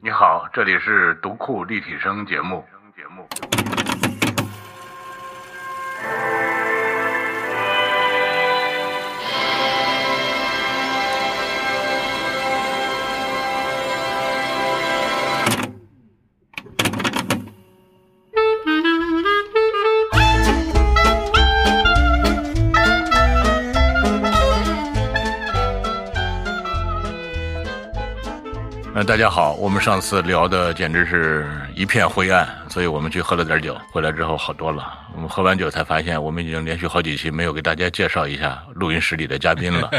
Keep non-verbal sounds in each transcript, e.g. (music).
你好，这里是读库立体声节目。节目。呃，大家好，我们上次聊的简直是一片灰暗，所以我们去喝了点酒，回来之后好多了。我们喝完酒才发现，我们已经连续好几期没有给大家介绍一下录音室里的嘉宾 (laughs) 了。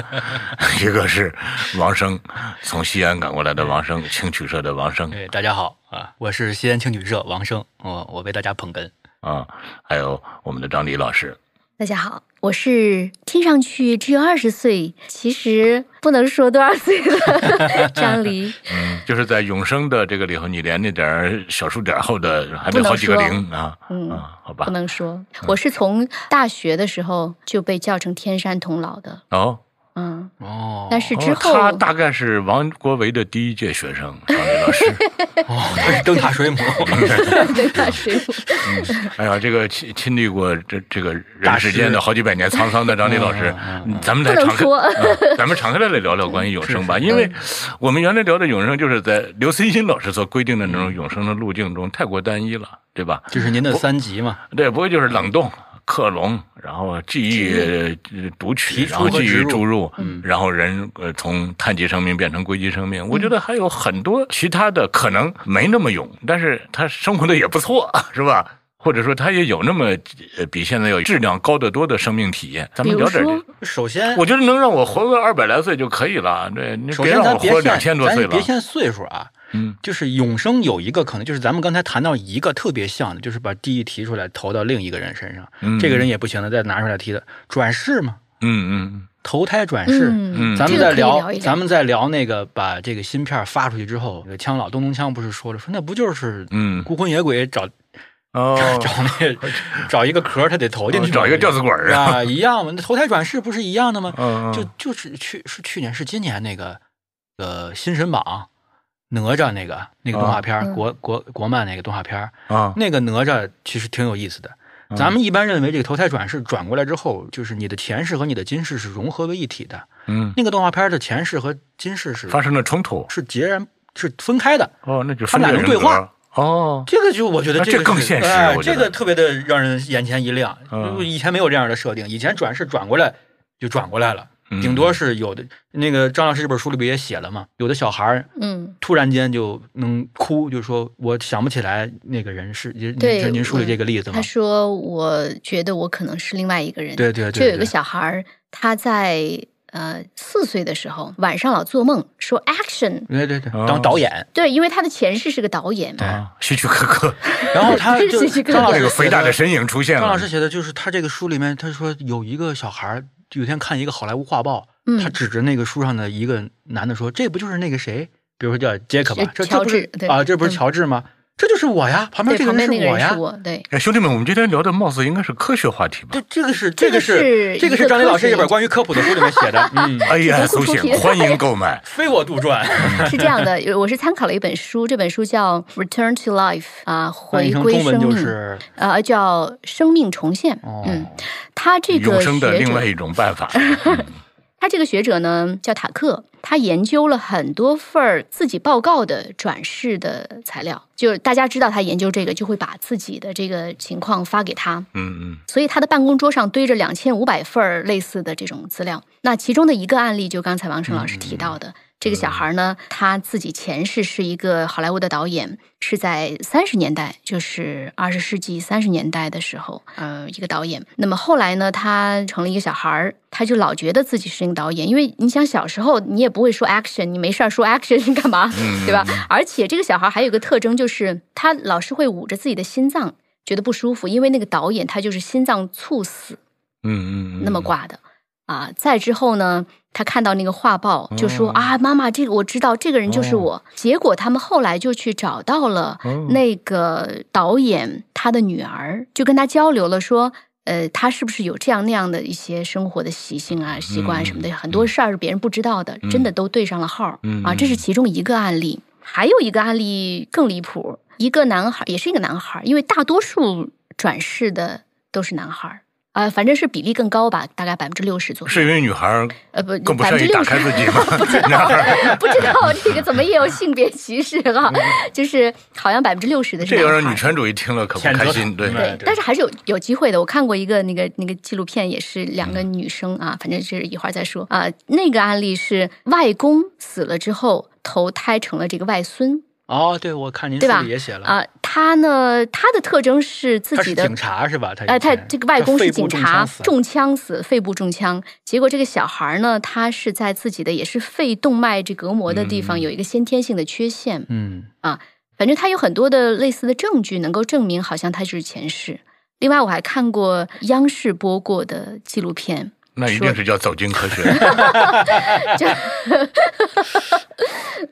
一个是王生，从西安赶过来的王生，青曲社的王生对，大家好啊，我是西安青曲社王生，我我为大家捧哏。啊、还有我们的张黎老师。大家好，我是听上去只有二十岁，其实不能说多少岁的 (laughs) 张黎。嗯，就是在永生的这个里头，你连那点儿小数点后的还没不能好几个说零啊嗯，啊，好吧不。能说，我是从大学的时候就被叫成天山童姥的。哦，嗯，哦但是哦之后、 (laughs) 他大概是王国维的第一届学生， (laughs) 张黎老师。哦，他是灯塔 (laughs) 水母，对大学哎呀，这个亲亲历过这这个人世间的好几百年沧桑的张黎老师嗯，咱们来不能敞开，说嗯嗯咱们敞开来聊聊关于永生吧，因为我们原来聊的永生就是在刘慈欣老师所规定的那种永生的路径中太过单一了，对吧？就是您的三级嘛，对，不会就是冷冻、克隆，然后记忆呃读取，提出然后和记植忆入注入嗯，然后人呃从碳基生命变成硅基生命。我觉得还有很多其他的可能没那么勇，但是他生活的也不错， (laughs) 是吧？或者说他也有那么呃比现在要质量高得多的生命体验。咱比们如聊点这。说，首先，我觉得能让我活个二百来岁就可以了，对，你首别先让咱我别活两千限，多咱岁别了。限岁数啊，嗯，就是永生有一个可能，就是咱们刚才谈到一个特别像的，就是把地提出来投到另一个人身上，嗯这个人也不行了，再拿出来提的转世嘛，嗯投胎转世。嗯，嗯咱这们个在可以聊，聊一聊咱们在聊那个把这个芯片发出去之后，那个枪老东东枪不是说了，说那不就是嗯嗯，孤魂野鬼找哦， (laughs) 找那个找一个壳儿，他得投进去嘛，找一个吊死鬼儿啊，啊，一样嘛。那投胎转世不是一样的吗？嗯，嗯就就是去是去年是今年那个呃《新神榜》哪吒那个那个动画片儿，嗯国国国漫那个动画片儿，啊，那个哪吒其实挺有意思的。嗯咱们一般认为这个投胎转世转过来之后，就是你的前世和你的今世是融合为一体的。嗯，那个动画片儿的前世和今世是发生了冲突，是截然是分开的。哦，那就他们俩能对话。哦，这个就我觉得啊这个、这更现实哎我觉这得个特别的让人眼前一亮。嗯因为以前没有这样的设定，以前转世转过来就转过来了，嗯顶多是有的那个张老师这本书里不也写了嘛，有的小孩儿嗯，突然间就能哭，就说我想不起来那个人是您对您您书里这个例子他嘛，说我觉得我可能是另外一个人，对对对就有一个对小孩儿，他在呃四岁的时候晚上老做梦说 action，对对对哦，当导演，对，因为他的前世是个导演 (laughs) 嘛。啊，希区柯克然后他 (laughs) 这就是一个张老那师个肥大的写身影出现张老了师，写的就是他这个书里面他说有一个小孩儿有一天看一个好莱坞画报，嗯他指着那个书上的一个男的说：“这不就是那个谁？比如说叫杰克吧是，这乔这不是治对嗯啊，这不是乔治吗？这就是我呀，旁边对，这个旁边那个我人呀是。我，对，哎，兄弟们，我们今天聊的貌似应该是科学话题吧对？，这个是这这个个是是这个一个是张琳老师科学一本关于科普的书里面写 (laughs) 的，嗯，哎呀，这都苏是醒出 (laughs) 题，欢迎购买。非我杜撰， (laughs) 是这样的。我是参考了一本书，这本书叫《Return to Life》翻啊，回译成归中文生就命，是呃，叫《生命重现》。哦，嗯，他这永个生的学另外者，一种办 (laughs) 法，他这个学者呢叫塔克，他研究了很多份儿自己报告的转世的材料，就是大家知道他研究这个，就会把自己的这个情况发给他。嗯所以他的办公桌上堆着两千五百份儿类似的这种资料。那其中的一个案例，就刚才王胜老师提到的，这个小孩呢，他自己前世是一个好莱坞的导演，是在三十年代，就是二十世纪三十年代的时候，呃，一个导演。那么后来呢，他成了一个小孩儿，他就老觉得自己是一个导演，因为你想小时候你也不会说 action，你没事儿说 action 你干嘛，对吧？而且这个小孩还有一个特征，就是他老是会捂着自己的心脏。觉得不舒服，因为那个导演他就是心脏猝死嗯嗯嗯，那么挂的、啊。再之后呢，他看到那个画报就说、哦啊，妈妈，这个我知道，这个人就是我。结果他们后来就去找到了哦那个导演他的女儿，就跟他交流了说。呃，他是不是有这样那样的一些生活的习性啊、习惯什么的？很多事儿是别人不知道的，真的都对上了号儿、嗯啊，这是其中一个案例。还有一个案例更离谱，一个男孩也是一个男孩，因为大多数转世的都是男孩。啊、呃，反正是比例更高吧，大概百分之六十左右。是因为女孩儿呃不更不百分善之于打六十开自己吗？ (laughs) 不 (laughs) 知男道孩儿 (laughs) 不知道这个怎么也有性别歧视哈、嗯就是好像百分之六十的是这要男让孩女。权主义听了可不谴责开他心，对嗯对对，但是还是有有机会的。我看过一个那个那个纪录片，也是两嗯个女生啊，反正是一会儿再说啊、那个案例是外公死了之后投胎成了这个外孙哦，对，我看您对书吧里也写了，啊、他呢他的特征是自嗯他己是的警察是吧？他以哎，他前这个外公肺是部警中察枪死，了中枪死，肺部中枪。结果这个小孩儿呢，他是在自己的也是肺动脉这隔膜的地方嗯有一个先天性的缺陷。嗯反正他有很多的类似的证据能够证明，好像他就是前世。另外，我还看过央视播过的纪录片，那一定是叫走进科学。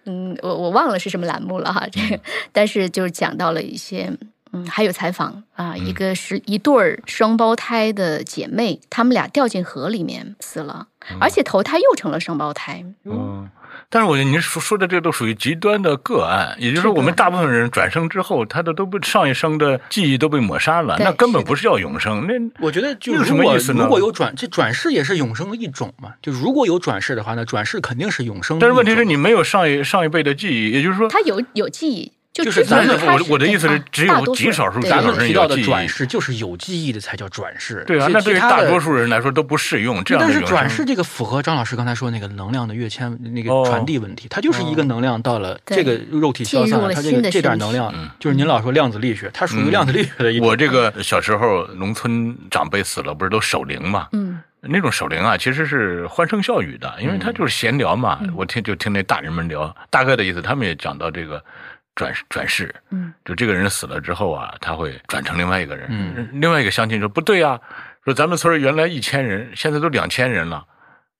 嗯，我我忘了是什么栏目了哈，这嗯个， (laughs) 但是就是讲到了一些，嗯，还有采访啊，嗯一个是一对儿双胞胎的姐妹，她们俩掉进河里面死了，而且投胎又成了双胞胎，嗯，但是我觉得您说说的这都属于极端的个案，也就是说，我们大部分人转生之后，他的都被上一生的记忆都被抹杀了，对那根本是的不是叫永生。那我觉得就那有什如么果意思呢如果有转，这转世也是永生的一种嘛。就如果有转世的话，那转世肯定是永生的但一是种。问题是你没有上一上一辈的记忆，也就是说，她有有记忆，就就是之前咱们一开始我我的意思是啊只有大多数极少数对极咱少们数人提到有的记忆转世就是有记忆的才叫转世。对啊，所以那其对于他大的多数人来说都不适用这样但的是永转生世。这个符合张老师刚才说那个能量的跃迁，那哦个传递问题，它就是一个能量到了这对个肉体消进散入了它这新的个这身点体嗯能量，就是您老说量子力学，它属于量子力学的一 (laughs) 种。我这个小时候，农村长辈死了，不是都守灵嘛？嗯，那种守灵啊，其实是欢声笑语的，因为他就是闲聊嘛。嗯我听就听那大人们聊，大概的意思，他们也讲到这个转世转世，嗯，就这个人死了之后啊，他会转成另外一个人。嗯，另外一个乡亲说不对啊，说咱们村儿原来一千人，现在都两千人了。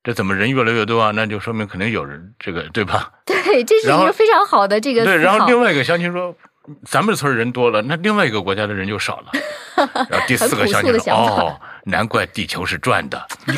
这怎么人越来越多啊？那就说明肯定有人这个对吧？对，这是然一后个非常好的这个对，思然后考另外一个乡亲说，咱们村儿人多了，那另外一个国家的人就 (laughs) 少了。然后第四个乡亲很朴素的说，想法哦，难怪地球是转的。哦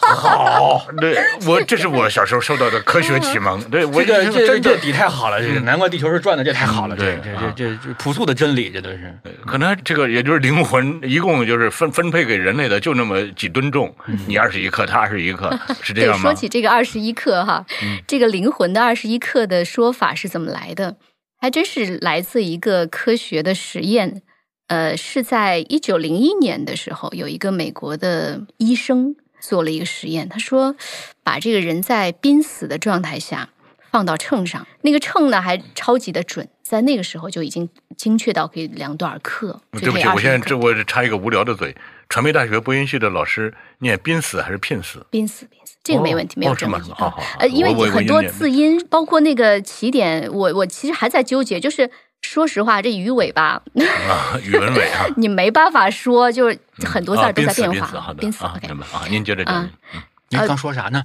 好，对我这是我小时候受到的科学启 (laughs) 蒙。对我这一个听 (laughs) 这真的这底太好了，这个难怪地球是转的，这太好了，嗯这对这啊这这这朴素的真理，这都是。可能这个也就是灵魂，一共就是分分配给人类的就那么几吨重，你二十一克，他二十一 (laughs) 克，是这嗯对，样吗嗯说？起这个二十一克哈，这个灵魂的二十一克的说法是怎么来的？还真是来自一个科学的实验。呃，是在一九零一年的时候，有一个美国的医生做了一个实验，他说把这个人在濒死的状态下放到秤上，那个秤呢还超级的准，在那个时候就已经精确到可以量多少克。嗯就哦对不起，这我现在21克这我插一个无聊的嘴，传媒大学不允许的老师念濒死还是聘死？濒死，濒死，这个没问题，没有哦是争吗议哦好好呃，因为我我我很多有点字音，包括那个起点，我我其实还在纠结，就是。说实话，这鱼尾巴 (laughs) 啊，语文委啊。你没办法说，就是很多字啊，儿都濒在死变濒死，化好。的濒死啊， ，OK，明白啊，您接着讲嗯。您刚说啥 (laughs) 呢？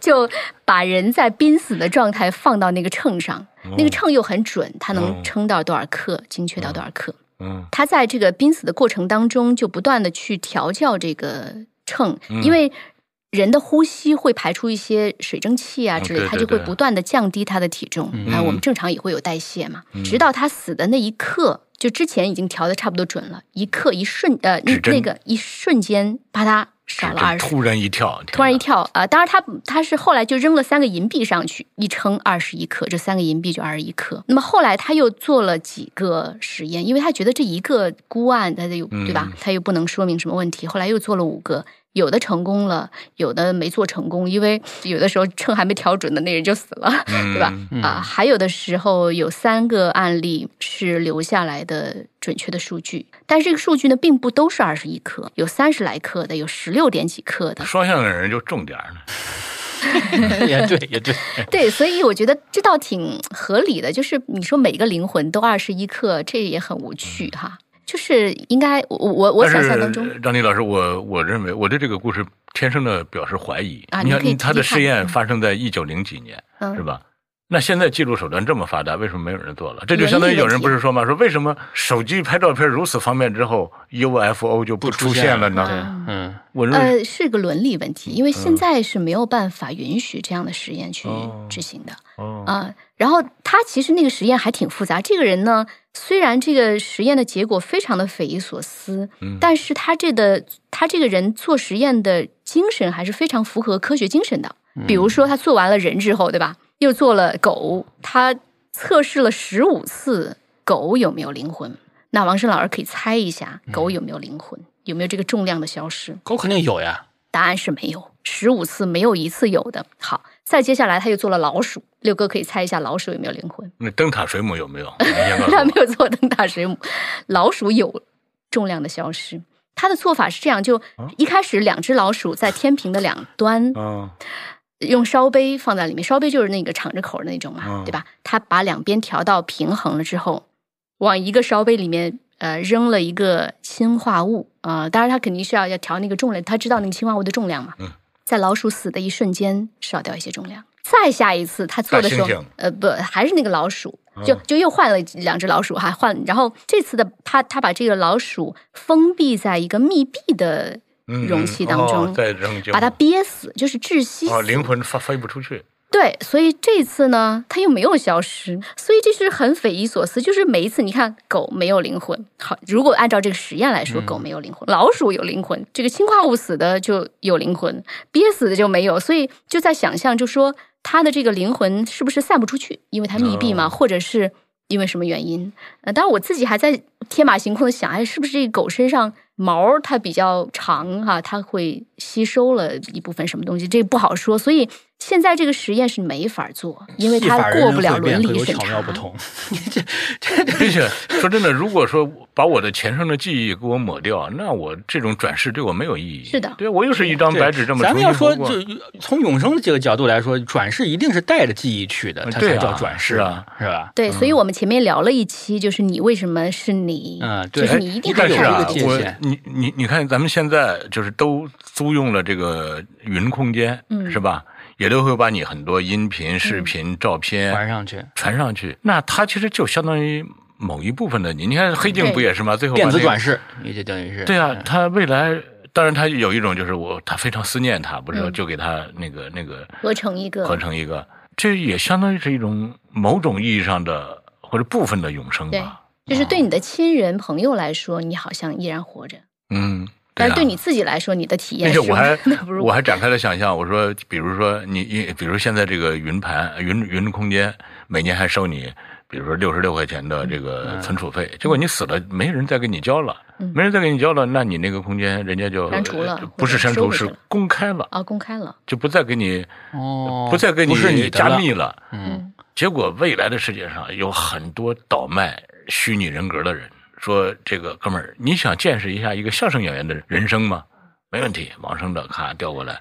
就把人在濒死的状态放到那个秤上，那个秤又很准，它哦能称到多少克，精确到多少克。嗯他在这个濒死的过程当中，就不断的去调教这个秤，嗯因为人的呼吸会排出一些水蒸气啊嗯之类的，对他对就会对不断的降低他的体重嗯啊。我们正常也会有代谢嘛嗯，直到他死的那一刻，就之前已经调的差不多准了，一刻一瞬呃那指针那个一瞬间啪嗒少了二这十。突然一跳，天突然一哪，跳啊、当然他他是后来就扔了三个银币上去，一称二十一克，这三个银币就二十一克。那么后来他又做了几个实验，因为他觉得这一个孤案，他就嗯对吧？他又不能说明什么问题，后来又做了五个。有的成功了，有的没做成功，因为有的时候秤还没调准的那人就死了，对吧？嗯啊，还有的时候有三个案例是留下来的准确的数据，但是这个数据呢，并不都是二十一克，有三十来克的，有十六点几克的，双向的人就重点儿呢。也对，也对。对，所以我觉得这倒挺合理的，就是你说每个灵魂都二十一克，这也很无趣哈。就是应该我我我嗯想但是象当中，张丽老师，我我认为我对这个故事天生的表示怀疑啊。你你可以看，提他的看试验嗯发生在一九零几年，嗯是吧？那现在记录手段这么发达，为什么没有人做了？这就相当于有人啊不是说吗？说为什么手机拍照片如此方便之后，UFO 就不出现了呢？不出现了嗯，我认为，呃，是个伦理问题，因为现在是没有办法允许这样的实验去嗯哦执行的。哦，啊、然后他其实那个实验还挺复杂。这个人呢，虽然这个实验的结果非常的匪夷所思，嗯但是他这的他这个人做实验的精神还是非常符合科学精神的。比如说，他做完了人之后，对吧？又做了狗，他测试了十五次狗有没有灵魂。那王生老师可以猜一下，狗有没有灵魂？有没有这个重量的消失？狗肯定有呀，答案是没有，十五次没有一次有的。好，再接下来他又做了老鼠，六哥可以猜一下老鼠有没有灵魂？ (laughs) 那灯塔水母有没有？你先告诉他没我。有做灯塔水母，老鼠有重量的消失。他的做法是这样：就一开始两只老鼠在天平的两端，嗯用烧杯放在里面，烧杯就是那个敞着口儿的那种嘛，嗯对吧？他把两边调到平衡了之后，往一个烧杯里面呃扔了一个氰化物啊、呃当然他肯定是要要调那个重量，他知道那个氰化物的重量嘛。嗯在老鼠死的一瞬间少掉一些重量，再下一次他做的时候大猩猩，呃，不，还是那个老鼠，就嗯就又换了两只老鼠，还换，然后这次的他他把这个老鼠封闭在一个密闭的嗯，容器当中哦再扔进把它憋死，就是窒息哦，死。灵魂发飞不出去。对，所以这次呢，它又没有消失，所以这是很匪夷所思。就是每一次你看狗没有灵魂，好，如果按照这个实验来说，狗没有灵魂，老鼠有灵魂，这个氰化物死的就有灵魂，憋死的就没有，所以就在想象，就说它的这个灵魂是不是散不出去，因为它密闭嘛，哦或者是因为什么原因？呃，当然我自己还在天马行空的想，哎，是不是这个狗身上毛儿它比较长哈、它会吸收了一部分什么东西，这个不好说。所以现在这个实验是没法做，因为戏法它人过不会了变伦各理有审巧查妙。不同，你这这 (laughs) 这并且说真的，如果说把我的前生的记忆给我抹掉，那我这种转世对我没有意义。是的对我又是一张对白纸，这么咱重们新要说，活过。就从永生这个角度来说，转世一定是带着记忆去的，它对才啊叫转世是啊，是吧？对，所以我们前面聊了一期，就是你为什么是你，嗯就对是你一定哎还但有是一啊个这，界我限你你你看，咱们现在就是都租用了这个云空间，嗯是吧？也都会把你很多音频、视频、照还片上去，传上去。那它其实就相当于某一部分的你。你看黑镜对不也是吗？最后把电子那个转世，也就等于是对啊嗯，他未来当然他有一种就是我他非常思念他，不是说嗯就给他那个那个合成一个合成一个，这也相当于是一种某种意义上的或者部分的永生对吧。啊就是对你的亲人朋友来说，你好像依然活着，嗯，但是啊对你自己来说，你的体那验是个我还 (laughs) 那不如我还展开了想象，我说，比如说你，你比如现在这个云盘、呃云云空间，每年还收你，比如说六十六块钱的这个存储费，结果你死了，没人再给你交了，嗯没人再给你交了，那你那个空间人家就删除了呃不是删收除，回去是了公开了，啊公开了，就不再给你，哦，不再给不是你的加了密了。嗯，结果未来的世界上有很多倒卖虚拟人格的人，说这个哥们儿，你想见识一下一个相声演员的人生吗？没问题，王生的咔调过来，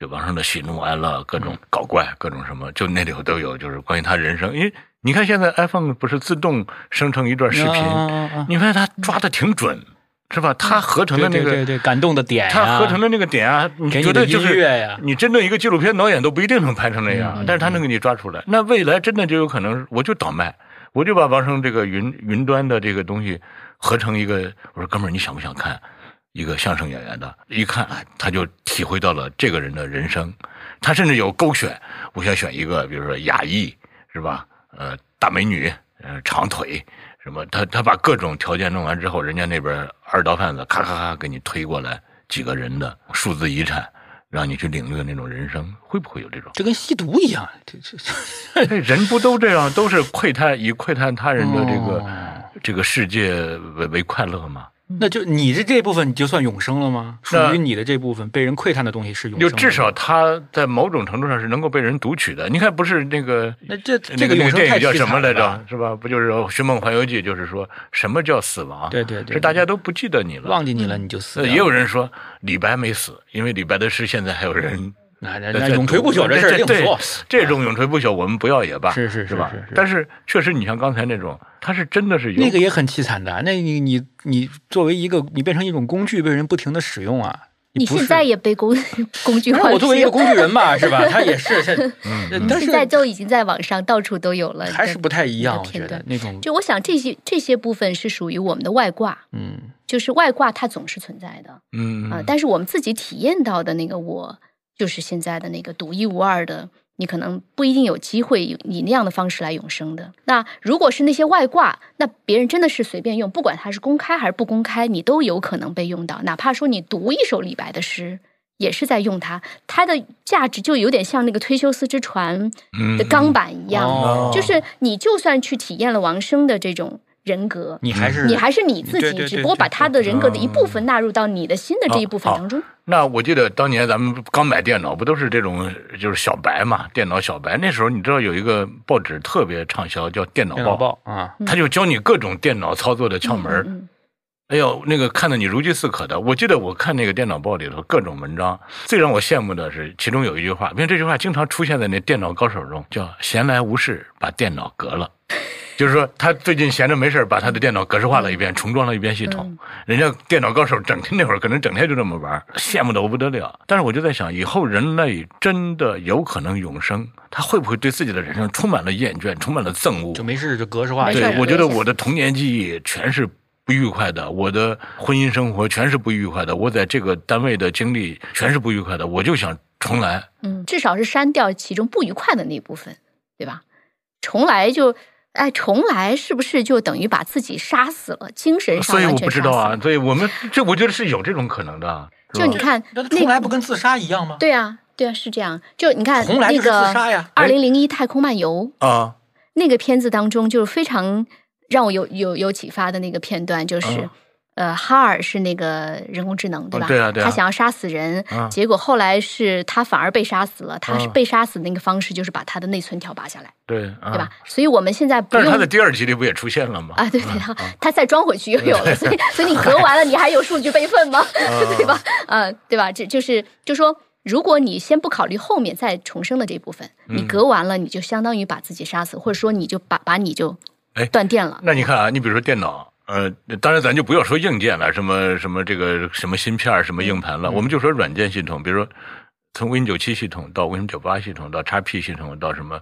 有王生的喜怒哀乐，各种搞怪，各种什么，就那里头都有，就是关于他人生。因为你看现在 iPhone 不是自动生成一段视频，啊啊啊你发现他抓的挺准，是吧？他合成的对那对个对对，感动的点呀，他合成的那个点啊，你给你觉得的就音是乐呀，你真正一个纪录片导演都不一定能拍成那样，嗯但是他能给你抓出来。那未来真的就有可能，我就倒卖，我就把王生这个云云端的这个东西合成一个，我说哥们儿，你想不想看一个相声演员的？一看哎他就体会到了这个人的人生，他甚至有勾选，我想选一个，比如说亚裔是吧？呃，大美女，呃，长腿。什么？他他把各种条件弄完之后，人家那边二道贩子咔咔咔给你推过来几个人的数字遗产，让你去领略那种人生，会不会有这种？这跟吸毒一样，这这这人不都这样，都是窥探以窥探他人的这个、哦这个世界为为快乐吗？那就你这这部分你就算永生了吗？属那于你的这部分被人窥探的东西是永生就的吗，至少他在某种程度上是能够被人读取的。你看，不是那个那这那这个那个永个生电太影叫什么来凄惨了着？？是吧？不就是《寻梦环游记》？就是说什么叫死亡？对对对，是大家都不记得你了，忘记你了你就死呃，掉了，也有人说李白没死，因为李白的诗现在还有人那在那那在永垂读不朽这事儿对另对说，这种永垂不朽，我们不要也罢，是是是吧是是？但是确实，你像刚才那种，他是真的是有那个也很凄惨的。那你你你作为一个你变成一种工具被人不停的使用啊，你不现是在也被工 (laughs) 工具反正换我作为一个皮，工具人吧， (laughs) 是吧？他也是，现嗯，但现在是都已经在网上到处都有了，还是不太一样，你我的觉片得段。那种，就我想这些这些部分是属于我们的外挂，嗯就是外挂它总是存在的啊、嗯呃嗯，但是我们自己体验到的那个我，就是现在的那个独一无二的。你可能不一定有机会以以那样的方式来永生的。那如果是那些外挂，那别人真的是随便用，不管它是公开还是不公开，你都有可能被用到。哪怕说你读一首李白的诗，也是在用它，它的价值就有点像那个忒修斯之船嗯的钢板一样，哦就是你就算去体验了王生的这种人格，你还是你还是你自己，对对对嗯哦只不过把他的人格的一部分纳入到你的新的这一部分好当中。那我记得当年咱们刚买电脑，不都是这种就是小白嘛，电脑小白。那时候你知道有一个报纸特别畅销，叫《电脑电报脑》，报啊，他就教你各种电脑操作的哦窍门儿。嗯哎呦，那个看得你如饥似渴的。我记得我看那个电脑报里头各种文章，最让我羡慕的是其中有一句话，因为这句话经常出现在那电脑高手中，叫“闲来无事把电脑革了”，就是说他最近闲着没事儿把他的电脑格式化了一遍，重装了一遍系统。人家电脑高手整天那会儿可能整天就这么玩儿，羡慕的我不得了。但是我就在想，以后人类真的有可能永生，他会不会对自己的人生充满了厌倦，充满了憎恶就？没事就格式化一没事下儿对，我觉留得下我的童年记忆全是不愉快的，我的婚姻生活全是不愉快的，我在这个单位的经历全是不愉快的，我就想重来。嗯，至少是删掉其中不愉快的那一部分，对吧？重来就，哎，重来是不是就等于把自己杀死了？精神上所以我完全不杀知死道啊了。，所以我们这我觉得是有这种可能的。啊是就吧你看那那重来不跟自杀一样吗？对啊，对啊，是这样。就你看重来那就是自杀个呀，哎二零零一《太空漫游》，啊，那个片子当中，就是非常让我有有有启发的那个片段，就是、嗯呃，哈尔是那个人工智能，对吧？对啊对啊他想要杀死人，嗯结果后来是他反而被杀死了。他是嗯被杀死的那个方式就是把他的内存条拔下来，对，对对吧？？所以我们现在不嗯但是他在嗯用。第二集里不也出现了吗？啊，对对，他他再装回去又有了，所以所以你隔完了，你还有数据备份吗？对吧？呃，对吧？这就是就说，如果你先不考虑后面再重生的这部分，你嗯隔完了，你就相当于把自己杀死，或者说你就把把你就哎断电了。那你看啊，你比如说电脑，呃，当然咱就不要说硬件了，什么什么这个什么芯片儿、什么硬盘了，我们就说软件系统，比如说从 Win 九七系统到 Win 九八系统到 XP 系统到什么，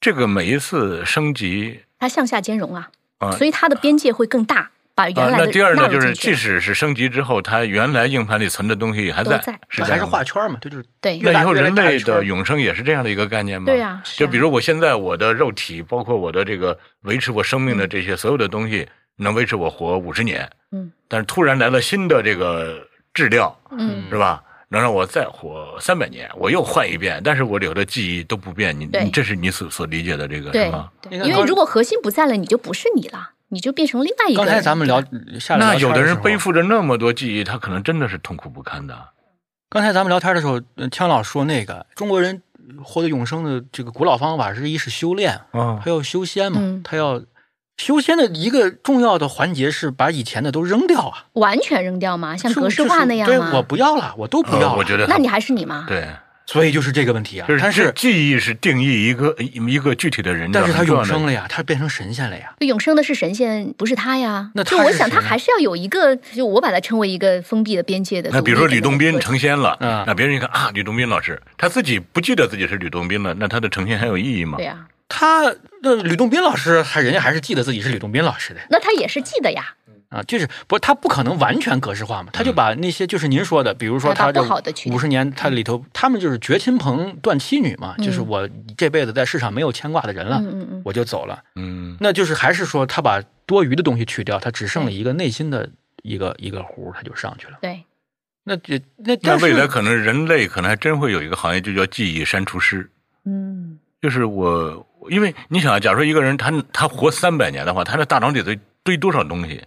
这个每一次升级它向下兼容啊，啊所以它的边界会更大，把啊、原来那的第二纳呢，入就是进即去使是升级之后，它原来硬盘里存的东西还在都在，是这还样是吗画圈嘛，这就是对越那大以后越来人大一类圈的永生也是这样的一个概念吗？对啊是啊就比如我现在我的肉体，包括我的这个维持我生命的这些所有的东西，能维持我活五十年。嗯。但是突然来了新的这个质量，嗯，是吧？能让我再活三百年，我又换一遍，但是我留的记忆都不变。你对你这是你所所理解的这个是对吗？，对那个因为刚如果核心不在了，你就不是你了，你就变成另外一刚个人。才咱们聊下来那聊天有的时人候背负着那么多记忆，他可能真的是痛苦不堪的。刚才咱们聊天的时候，呃枪老说那个中国人呃获得永生的这个古老方法是一是修炼，啊嗯他要修仙嘛，嗯他要修仙的一个重要的环节是把以前的都扔掉啊，完全扔掉吗？像就格式化那样就是对，我吗？不要了，我都不要了。呃我觉得他那你还是你吗？对，所以就是这个问题啊，就是但这是记忆是定义一个一个具体的人的但是他很重永要的生了呀，他变成神仙了呀。就永生的是神仙，不是他呀。那他就我是想，谁他呢还是要有一个，就我把它称为一个封闭的边界的。那比如说吕洞宾成仙了，嗯那别人一看啊，吕洞宾老师，他自己不记得自己是吕洞宾了，那他的成仙还有意义吗对？呀、他那吕洞宾老师，还人家还是记得自己是吕洞宾老师的那他也是记得 (laughs) 呀，啊，就是不是他不可能完全格式化嘛，他嗯就把那些就是您说的，比如说他他把这不好的去五十年，他里头他们就是绝亲朋断妻女嘛，就是嗯我这辈子在世上没有牵挂的人了，嗯嗯嗯，我就走了。嗯，那就是还是说他把多余的东西去掉，他只剩嗯了一个内心的一个一个弧，他就上去了。对，那这那那但是未来可能人类可能还真会有一个行业，就叫记忆删除师。嗯，就是我，因为你想啊，假如说一个人他他活三百年的话，他的大脑里头堆多少东西，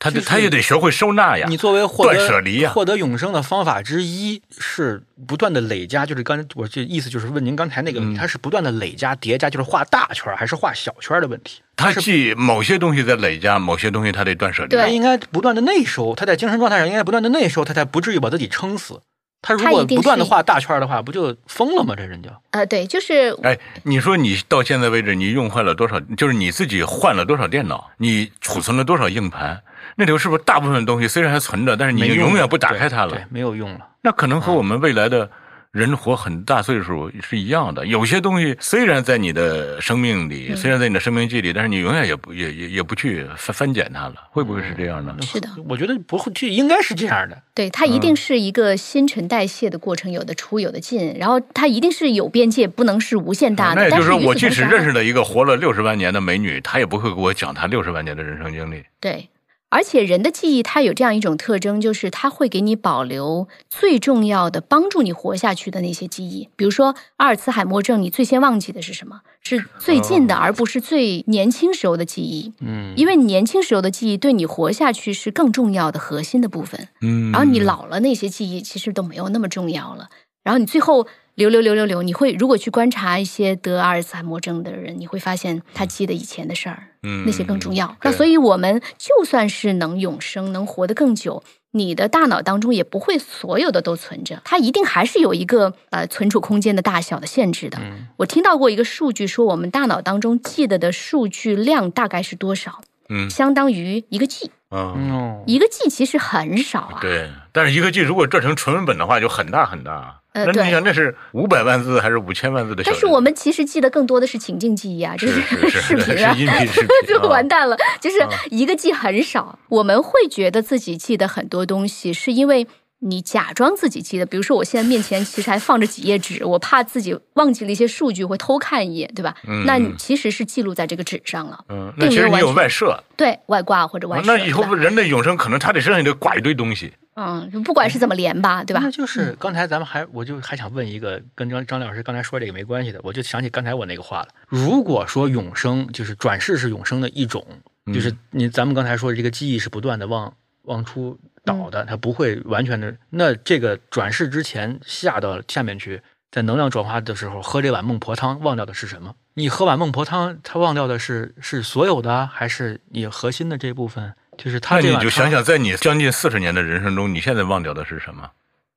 他就得是他也得学会收纳呀你。作为获断舍离啊得呀获得永生的方法之一是不断的累加，就是刚我这意思就是问您刚才那个问题，嗯它是不断的累加叠加，就是画大圈儿还是画小圈儿的问题。他记某些东西在累加，某些东西他得断舍离。对他应该不断的内收，他在精神状态上应该不断的内收，他才不至于把自己撑死。他如他果一定不断是的画大圈儿的话，不就疯了吗？这人就呃，对，就是哎，你说你到现在为止，你用坏了多少？就是你自己换了多少电脑？你储存了多少硬盘？那里头是不是大部分东西虽然还存着，但是你没用永远不打开它对了对？没有用了。那可能和我们未来的人活很大岁数是一样的。有些东西虽然在你的生命里，嗯虽然在你的生命记里，但是你永远也不也也也不去翻翻检它了，会不会是这样呢？嗯是的，我觉得不会，这应该是这样的。对，它嗯一定是一个新陈代谢的过程，有的出，有的进，然后它一定是有边界，不能是无限大的。啊那也就是但说，我与此即同时使认识了一个活了六十万年的美女，她也不会给我讲她六十万年的人生经历。对，而且人的记忆它有这样一种特征，就是它会给你保留最重要的、帮助你活下去的那些记忆。比如说阿尔茨海默症，你最先忘记的是什么？是最近哦的，而不是最年轻时候的记忆。嗯，因为年轻时候的记忆对你活下去是更重要的核心的部分，嗯，然后你老了那些记忆其实都没有那么重要了。然后你最后留留留留留，你会如果去观察一些得阿尔茨海默症的人，你会发现他记得以前的事儿，嗯那些更重要。对那所以我们就算是能永生，能活得更久，你的大脑当中也不会所有的都存着，它一定还是有一个呃存储空间的大小的限制的。嗯我听到过一个数据说，我们大脑当中记得的数据量大概是多少？嗯相当于一个 G，嗯，哦，一个 G 其实很少啊。对。但是一个 G 如果转成纯文本的话，就很大很大。呃那你对想，那是五百万字还是五千万字的小人？但是我们其实记得更多的是情境记忆啊，就是是是视频是啊，音 (laughs) 频视频 (laughs) 就啊完蛋了，就是一个记很少。我们会觉得自己记得很多东西，是因为你假装自己记得。比如说，我现在面前其实还放着几页纸，我怕自己忘记了一些数据，会偷看一眼，对吧？嗯那你其实是记录在这个纸上了，嗯，那并其没实有你完有全外设，啊对外挂或者外设。嗯那以后对吧人类永生可能他得身上得挂一堆东西。嗯，就不管是怎么连吧，对吧嗯那？就是刚才咱们还，我就还想问一个跟张张老师刚才说这个没关系的，我就想起刚才我那个话了。如果说永生就是转世是永生的一种，就是嗯你咱们刚才说的这个记忆是不断的往往出嗯倒的，它不会完全的。那这个转世之前下到下面去，在能量转化的时候喝这碗孟婆汤，忘掉的是什么？你喝碗孟婆汤，它忘掉的是是所有的啊，还是你核心的这部分？就是那他这你碗就想汤想，在你将近四十年的人生中，你现在忘掉的是什 (laughs) 么？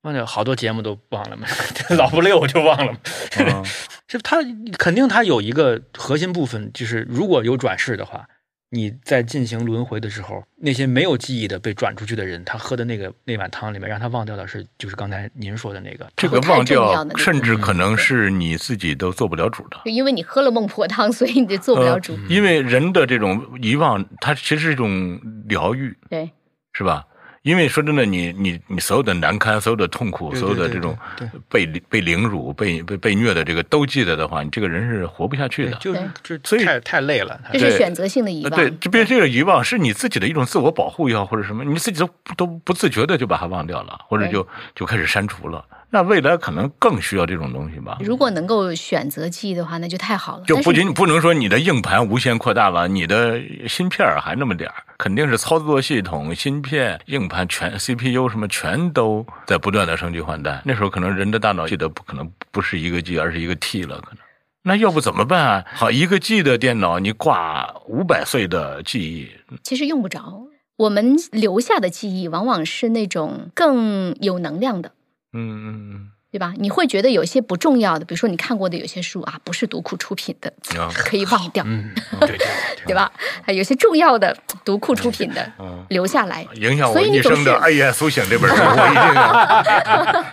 忘掉好多节目都忘了嘛， (laughs) 老不溜我就忘了嘛。嗯就它肯定它有一个核心部分，就是如果有转世的话，你在进行轮回的时候，那些没有记忆的被转出去的人，他喝的那个那碗汤里面，让他忘掉的是就是刚才您说的那个。这个太忘重要掉的那，个嗯甚至东西可能是你自己都做不了主的。就因为你喝了孟婆汤，所以你就做不了主。呃因为人的这种遗忘，它其实是一种疗愈，对，是吧？因为说真的，你你你所有的难堪、所有的痛苦、对所有的这种对被被凌辱、被被被虐的这个都记得的话，你这个人是活不下去的。就就所以太太累了。他这对是选择性的遗呃忘。对，这边这个遗忘是你自己的一种自我保护也好，或者什么，你自己都都不自觉的就把它忘掉了，或者对就就开始删除了。那未来可能更需要这种东西吧。如果能够选择记忆的话，那就太好了。就但不是仅不能说你的硬盘无限扩大了，你的芯片儿还那么点儿，肯定是操作系统、芯片、硬盘全 CPU 什么全都在不断的升级换代。那时候可能人的大脑记得不可能不是一个 G，而是一个 T 了，可能。那要不怎么办啊？好，一个 G 的电脑，你挂五百岁的记忆，其实用不着。我们留下的记忆往往是那种更有能量的，嗯对吧？你会觉得有些不重要的，比如说你看过的有些书啊，不是读库出品的，嗯啊，可以忘 (laughs) 掉， (laughs) 嗯，对对对对吧？啊，有些重要的读库出品的嗯留下 (laughs) 来。影响我所以你一生的《总暗夜苏醒》这本书，我一定要。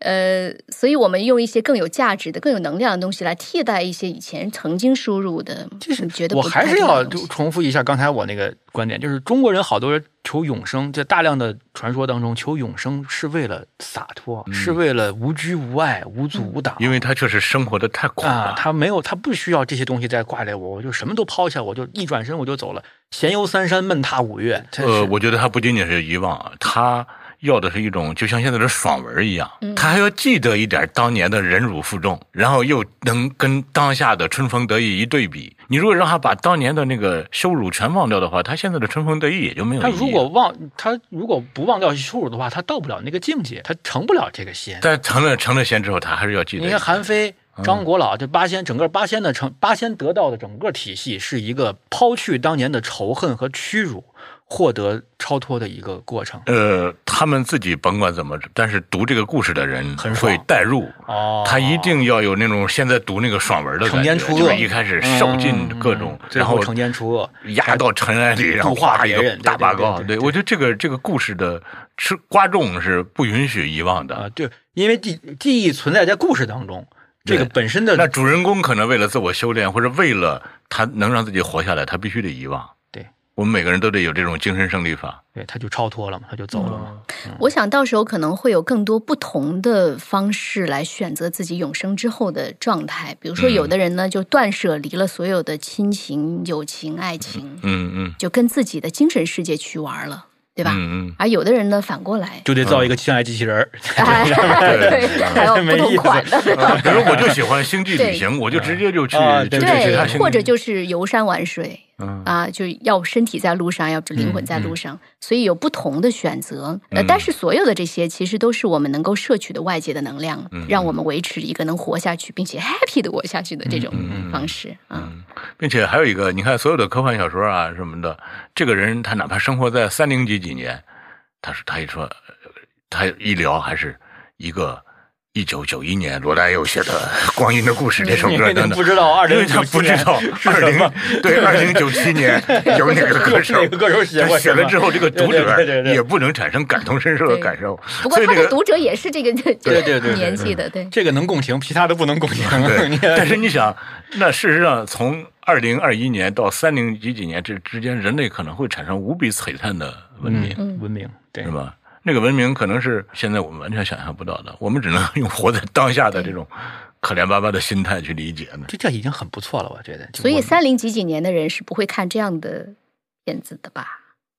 呃，所以我们用一些更有价值的、更有能量的东西来替代一些以前曾经输入的，就是觉得我不还太是重要要的东就西重复一下刚才我那个观点，就是中国人好多人求永生，在大量的传说当中，求永生是为了洒脱，是为了无拘无碍、无阻无挡。嗯因为他确实生活的 (laughs) 太苦啊，了。他没有，他不需要这些东西再挂着我，我就什么都抛下，我就一转身我就走了。闲游三山，闷踏五岳，真是、呃，我觉得他不仅仅是遗忘，啊他要的是一种就像现在的爽文一样，嗯他还要记得一点当年的忍辱负重，然后又能跟当下的春风得意一对比。你如果让他把当年的那个羞辱全忘掉的话，他现在的春风得意也就没有他意义。如果忘他如果不忘掉羞辱的话，他到不了那个境界，他成不了这个仙。但成了成了仙之后，他还是要记得。你看韩非、嗯张国老这八仙，整个八仙的成八仙得道的整个体系是一个抛去当年的仇恨和屈辱，获得超脱的一个过程。呃，他们自己甭管怎么，但是读这个故事的人很爽会代入，哦，他一定要有那种现在读那个爽文的惩感奸觉，除就恶是一开始嗯受尽各种，最然后后惩奸除恶，压到尘埃里，然后固哎化啪一别个人对大对拔对高。对对对我觉得这个这个故事的吃瓜众是不允许遗忘的啊，。对，因为记记忆存在在故事当中，这个对本身的那主人公可能为了自我修炼，或者为了他能让自己活下来，他必须得遗忘。对，我们每个人都得有这种精神胜利法。对他就超脱了嘛，他就走了哦嘛。我想到时候可能会有更多不同的方式来选择自己永生之后的状态，比如说嗯有的人呢就断舍离了所有的亲情、友情、爱情，嗯嗯，就跟自己的精神世界去玩了，对吧？嗯嗯，而有的人呢反过 (laughs) 来，就得造一个相爱机器人儿，哎，对， (laughs) 还有不没同意思款的。嗯 (laughs) 比如我就喜欢星际旅行，我就直接就去啊就对去对其对他它星对，际或者就是游山玩水嗯啊，就要身体在路上，要灵魂在路上，所以有不同的选择。呃，嗯但是所有的这些其实都是我们能够摄取的外界的能量嗯，嗯让我们维持一个能活下去并且 happy 的活下去的这种方式啊。并且还有一个，你看所有的科幻小说啊什么的，这个人他哪怕生活在三零几几年，他说他一说，呃他一聊还是一个一九九一年罗大佑写的《光阴的故事》这 (laughs) 首歌等等不。知道二因为零他不知 (laughs) 道是二什零么，对二零九七年有哪个歌手哪个歌手写他过写什了么之后，这个读者对对对对也不能产生感同身受的感受。不过所以他这的个读者也是这个对这对个对年纪的，嗯对。这个能共情，其他的不能共情。对 (laughs) 你，但是你想，那事实上从二零二一年到三零几几年这之间，人类可能会产生无比璀璨的文明，嗯文明对是吧？那个文明可能是现在我们完全想象不到的，我们只能 (laughs) 用活在当下的这种可怜巴巴的心态去理解呢。这这已经很不错了，我觉得。就所以我三零几几年的人是不会看这样的片子的吧？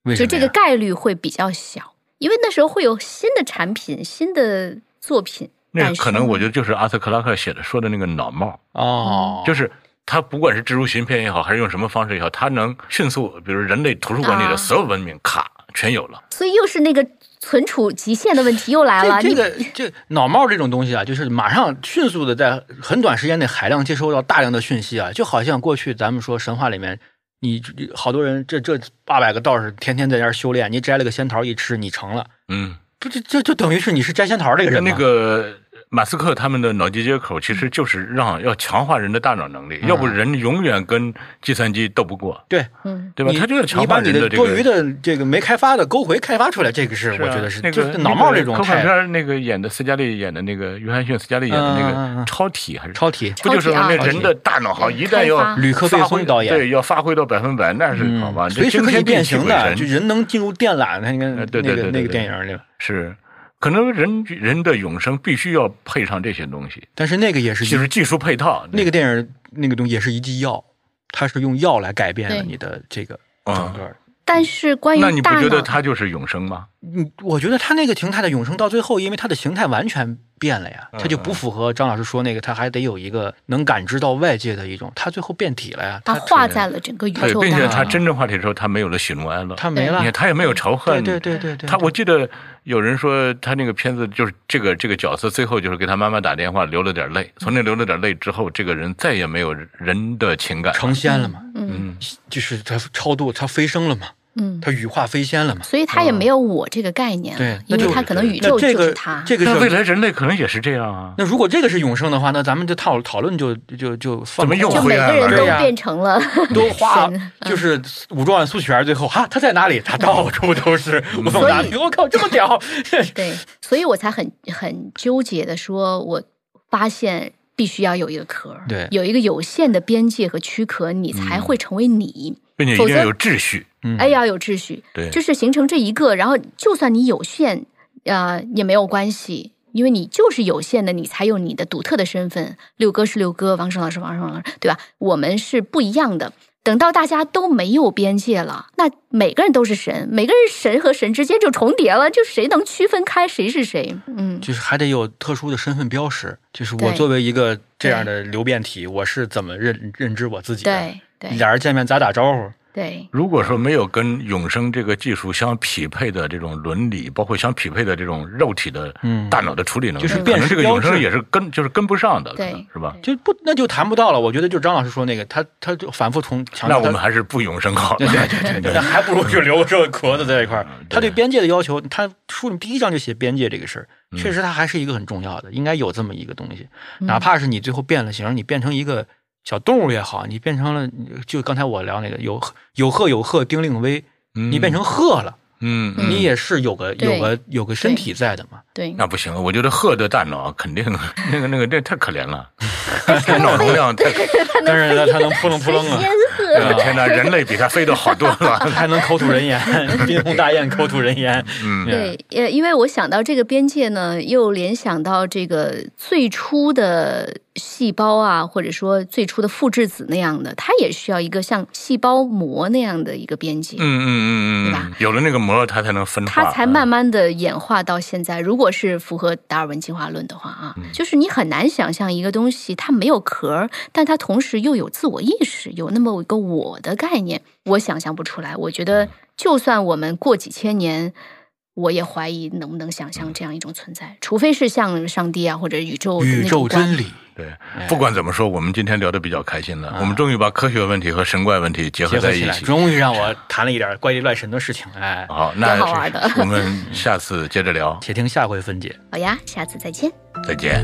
为什就么这个呀概率会比较小，因为那时候会有新的产品、新的作品那诞生。可能我觉得就是阿瑟克拉克写的说的那个脑帽，哦，就是他不管是植入芯片也好，还是用什么方式也好，他能迅速，比如人类图书馆里啊的所有文明卡全有了。所以又是那个存储极限的问题又来了。这这你个这脑帽这种东西啊，就是马上迅速的在很短时间内海量接收到大量的讯息啊，就好像过去咱们说神话里面，你好多人这这八百个道士天天在那儿修炼，你摘了个仙桃一吃，你成了，嗯，不就就就等于是你是摘仙桃这个人吗那个马斯克他们的脑机接口，其实就是让要强化人的大脑能力，嗯要不人永远跟计算机斗不过，对，嗯，对吧？你他就要强你把化你人的这多余个。啊的这个没开发的勾回开发出来，这个是我觉得是那就个是脑帽这种科幻太片那个演的斯嘉丽演的那个约翰逊斯嘉丽演的嗯嗯嗯那嗯个超体还是超体。不就是吗超那体啊人的大脑好像一旦开要发吕克贝发挥松导演对要发挥到百分百，那是好吧？嗯这随时惊可以天地变泣形鬼的，神就人能进入电缆，那个呃对对对对那个那对个对电影里，是，可能人人的永生必须要配上这些东西，但是那个也是就是技术配套。嗯那个电影那个东西也是一剂药，它是用药来改变了对你的这个嗯整个。但是关于那你不大觉脑得，它就是永生吗？嗯，我觉得他那个形态的永生到最后，因为它的形态完全变了嗯呀，它就不符合张老师说那个，它还得有一个能感知到外界的一种，它最后变体了呀，它它画在了整个宇对，宙并且当他中。真正话题之后，他没有了喜怒哀乐，它没你了看。他也没有仇对恨。对对对对，他我记得有人说他那个片子就是这个这个角色最后就是给他妈妈打电话流了点泪，从那流了点泪之后，这个人再也没有人的情感。成仙了嘛，嗯嗯，就是他超度，他飞升了嘛，嗯，他羽化飞仙了嘛。所以他也没有我这个概念了对，那因为就他可能宇宙那这就是个他。这个那未是。来人类可能也是这样啊。那如果这个是永生的话，那咱们就讨讨论就就就放怎么开又就回每来个了人对呀都变成了， (laughs) 都花神，啊就是武状元苏乞儿，最后啊哈他在哪里？他到处都是武松打嗯所以我靠，这么 (laughs) 屌！对，所以我才很很纠结的说，我发现必须要有一个壳儿，对有一个有限的边界和躯壳，你才会成为你。并且一否定要则有秩序。嗯哎，要有秩序，对，就是形成这一个，然后就算你有限，呃，也没有关系，因为你就是有限的，你才有你的独特的身份。六哥是六哥，王胜老师王胜老师，对吧？我们是不一样的。等到大家都没有边界了，那每个人都是神，每个人神和神之间就重叠了，就谁能区分开谁是谁？嗯，就是还得有特殊的身份标识，就是我对作为一个这样的流变体，我是怎么认认知我自己的？对对。俩人见面咋打招呼？对，如果说没有跟永生这个技术相匹配的这种伦理，包括相匹配的这种肉体的、嗯大脑的处理能力，就是可辨能识这个标永生志也是跟就是跟不上的，可对能是吧？就不那就谈不到了。我觉得就张老师说那个，他他就反复从强那调我他，们还是不永生好对了。对对对，那还不如就留这壳子在一块儿。嗯他对边界的要求，他书里第一章就写边界这个事儿，嗯确实它还是一个很重要的，应该有这么一个东西。嗯哪怕是你最后变了形，你变成一个小动物也好，你变成了就刚才我聊那个有有鹤有鹤丁令威，嗯你变成鹤了， (laughs) 嗯，嗯你也是有个对有个有个身体在的嘛。对，那不行，我觉得鹤的大脑肯定那个那个这太可怜 (laughs) 了，这脑容量太，但是它它能扑棱扑棱啊，哎呦天哪，人类比它飞得好多了。 (laughs) 还能口吐人言，冰红大雁口吐人言。嗯，对，呃，因为我想到这个边界呢，又联想到这个最初的细胞啊，或者说最初的复制子那样的，它也需要一个像细胞膜那样的一个边界。嗯嗯嗯对嗯吧，有了那个膜，它才能分化，嗯它才慢慢的演化到现在。如果是符合达尔文进化论的话啊，嗯就是你很难想象一个东西它没有壳儿，但它同时又有自我意识，有那么一个我的概念，我想象不出来。我觉嗯得，就算我们过几千年。我也怀疑能不能想嗯象这样一种存在，除非是像上帝啊或者宇宙的宇那种宙观真理，对，不管怎么说，我们今天聊得比较开心了。哎啊我们终于把科学问题和神怪问题结合结合在一起来，起。终于让我谈了一点怪力乱神的事情。哎，好，那挺好玩的我们下次接着聊，且听下回分解。好呀，下次再见。再见。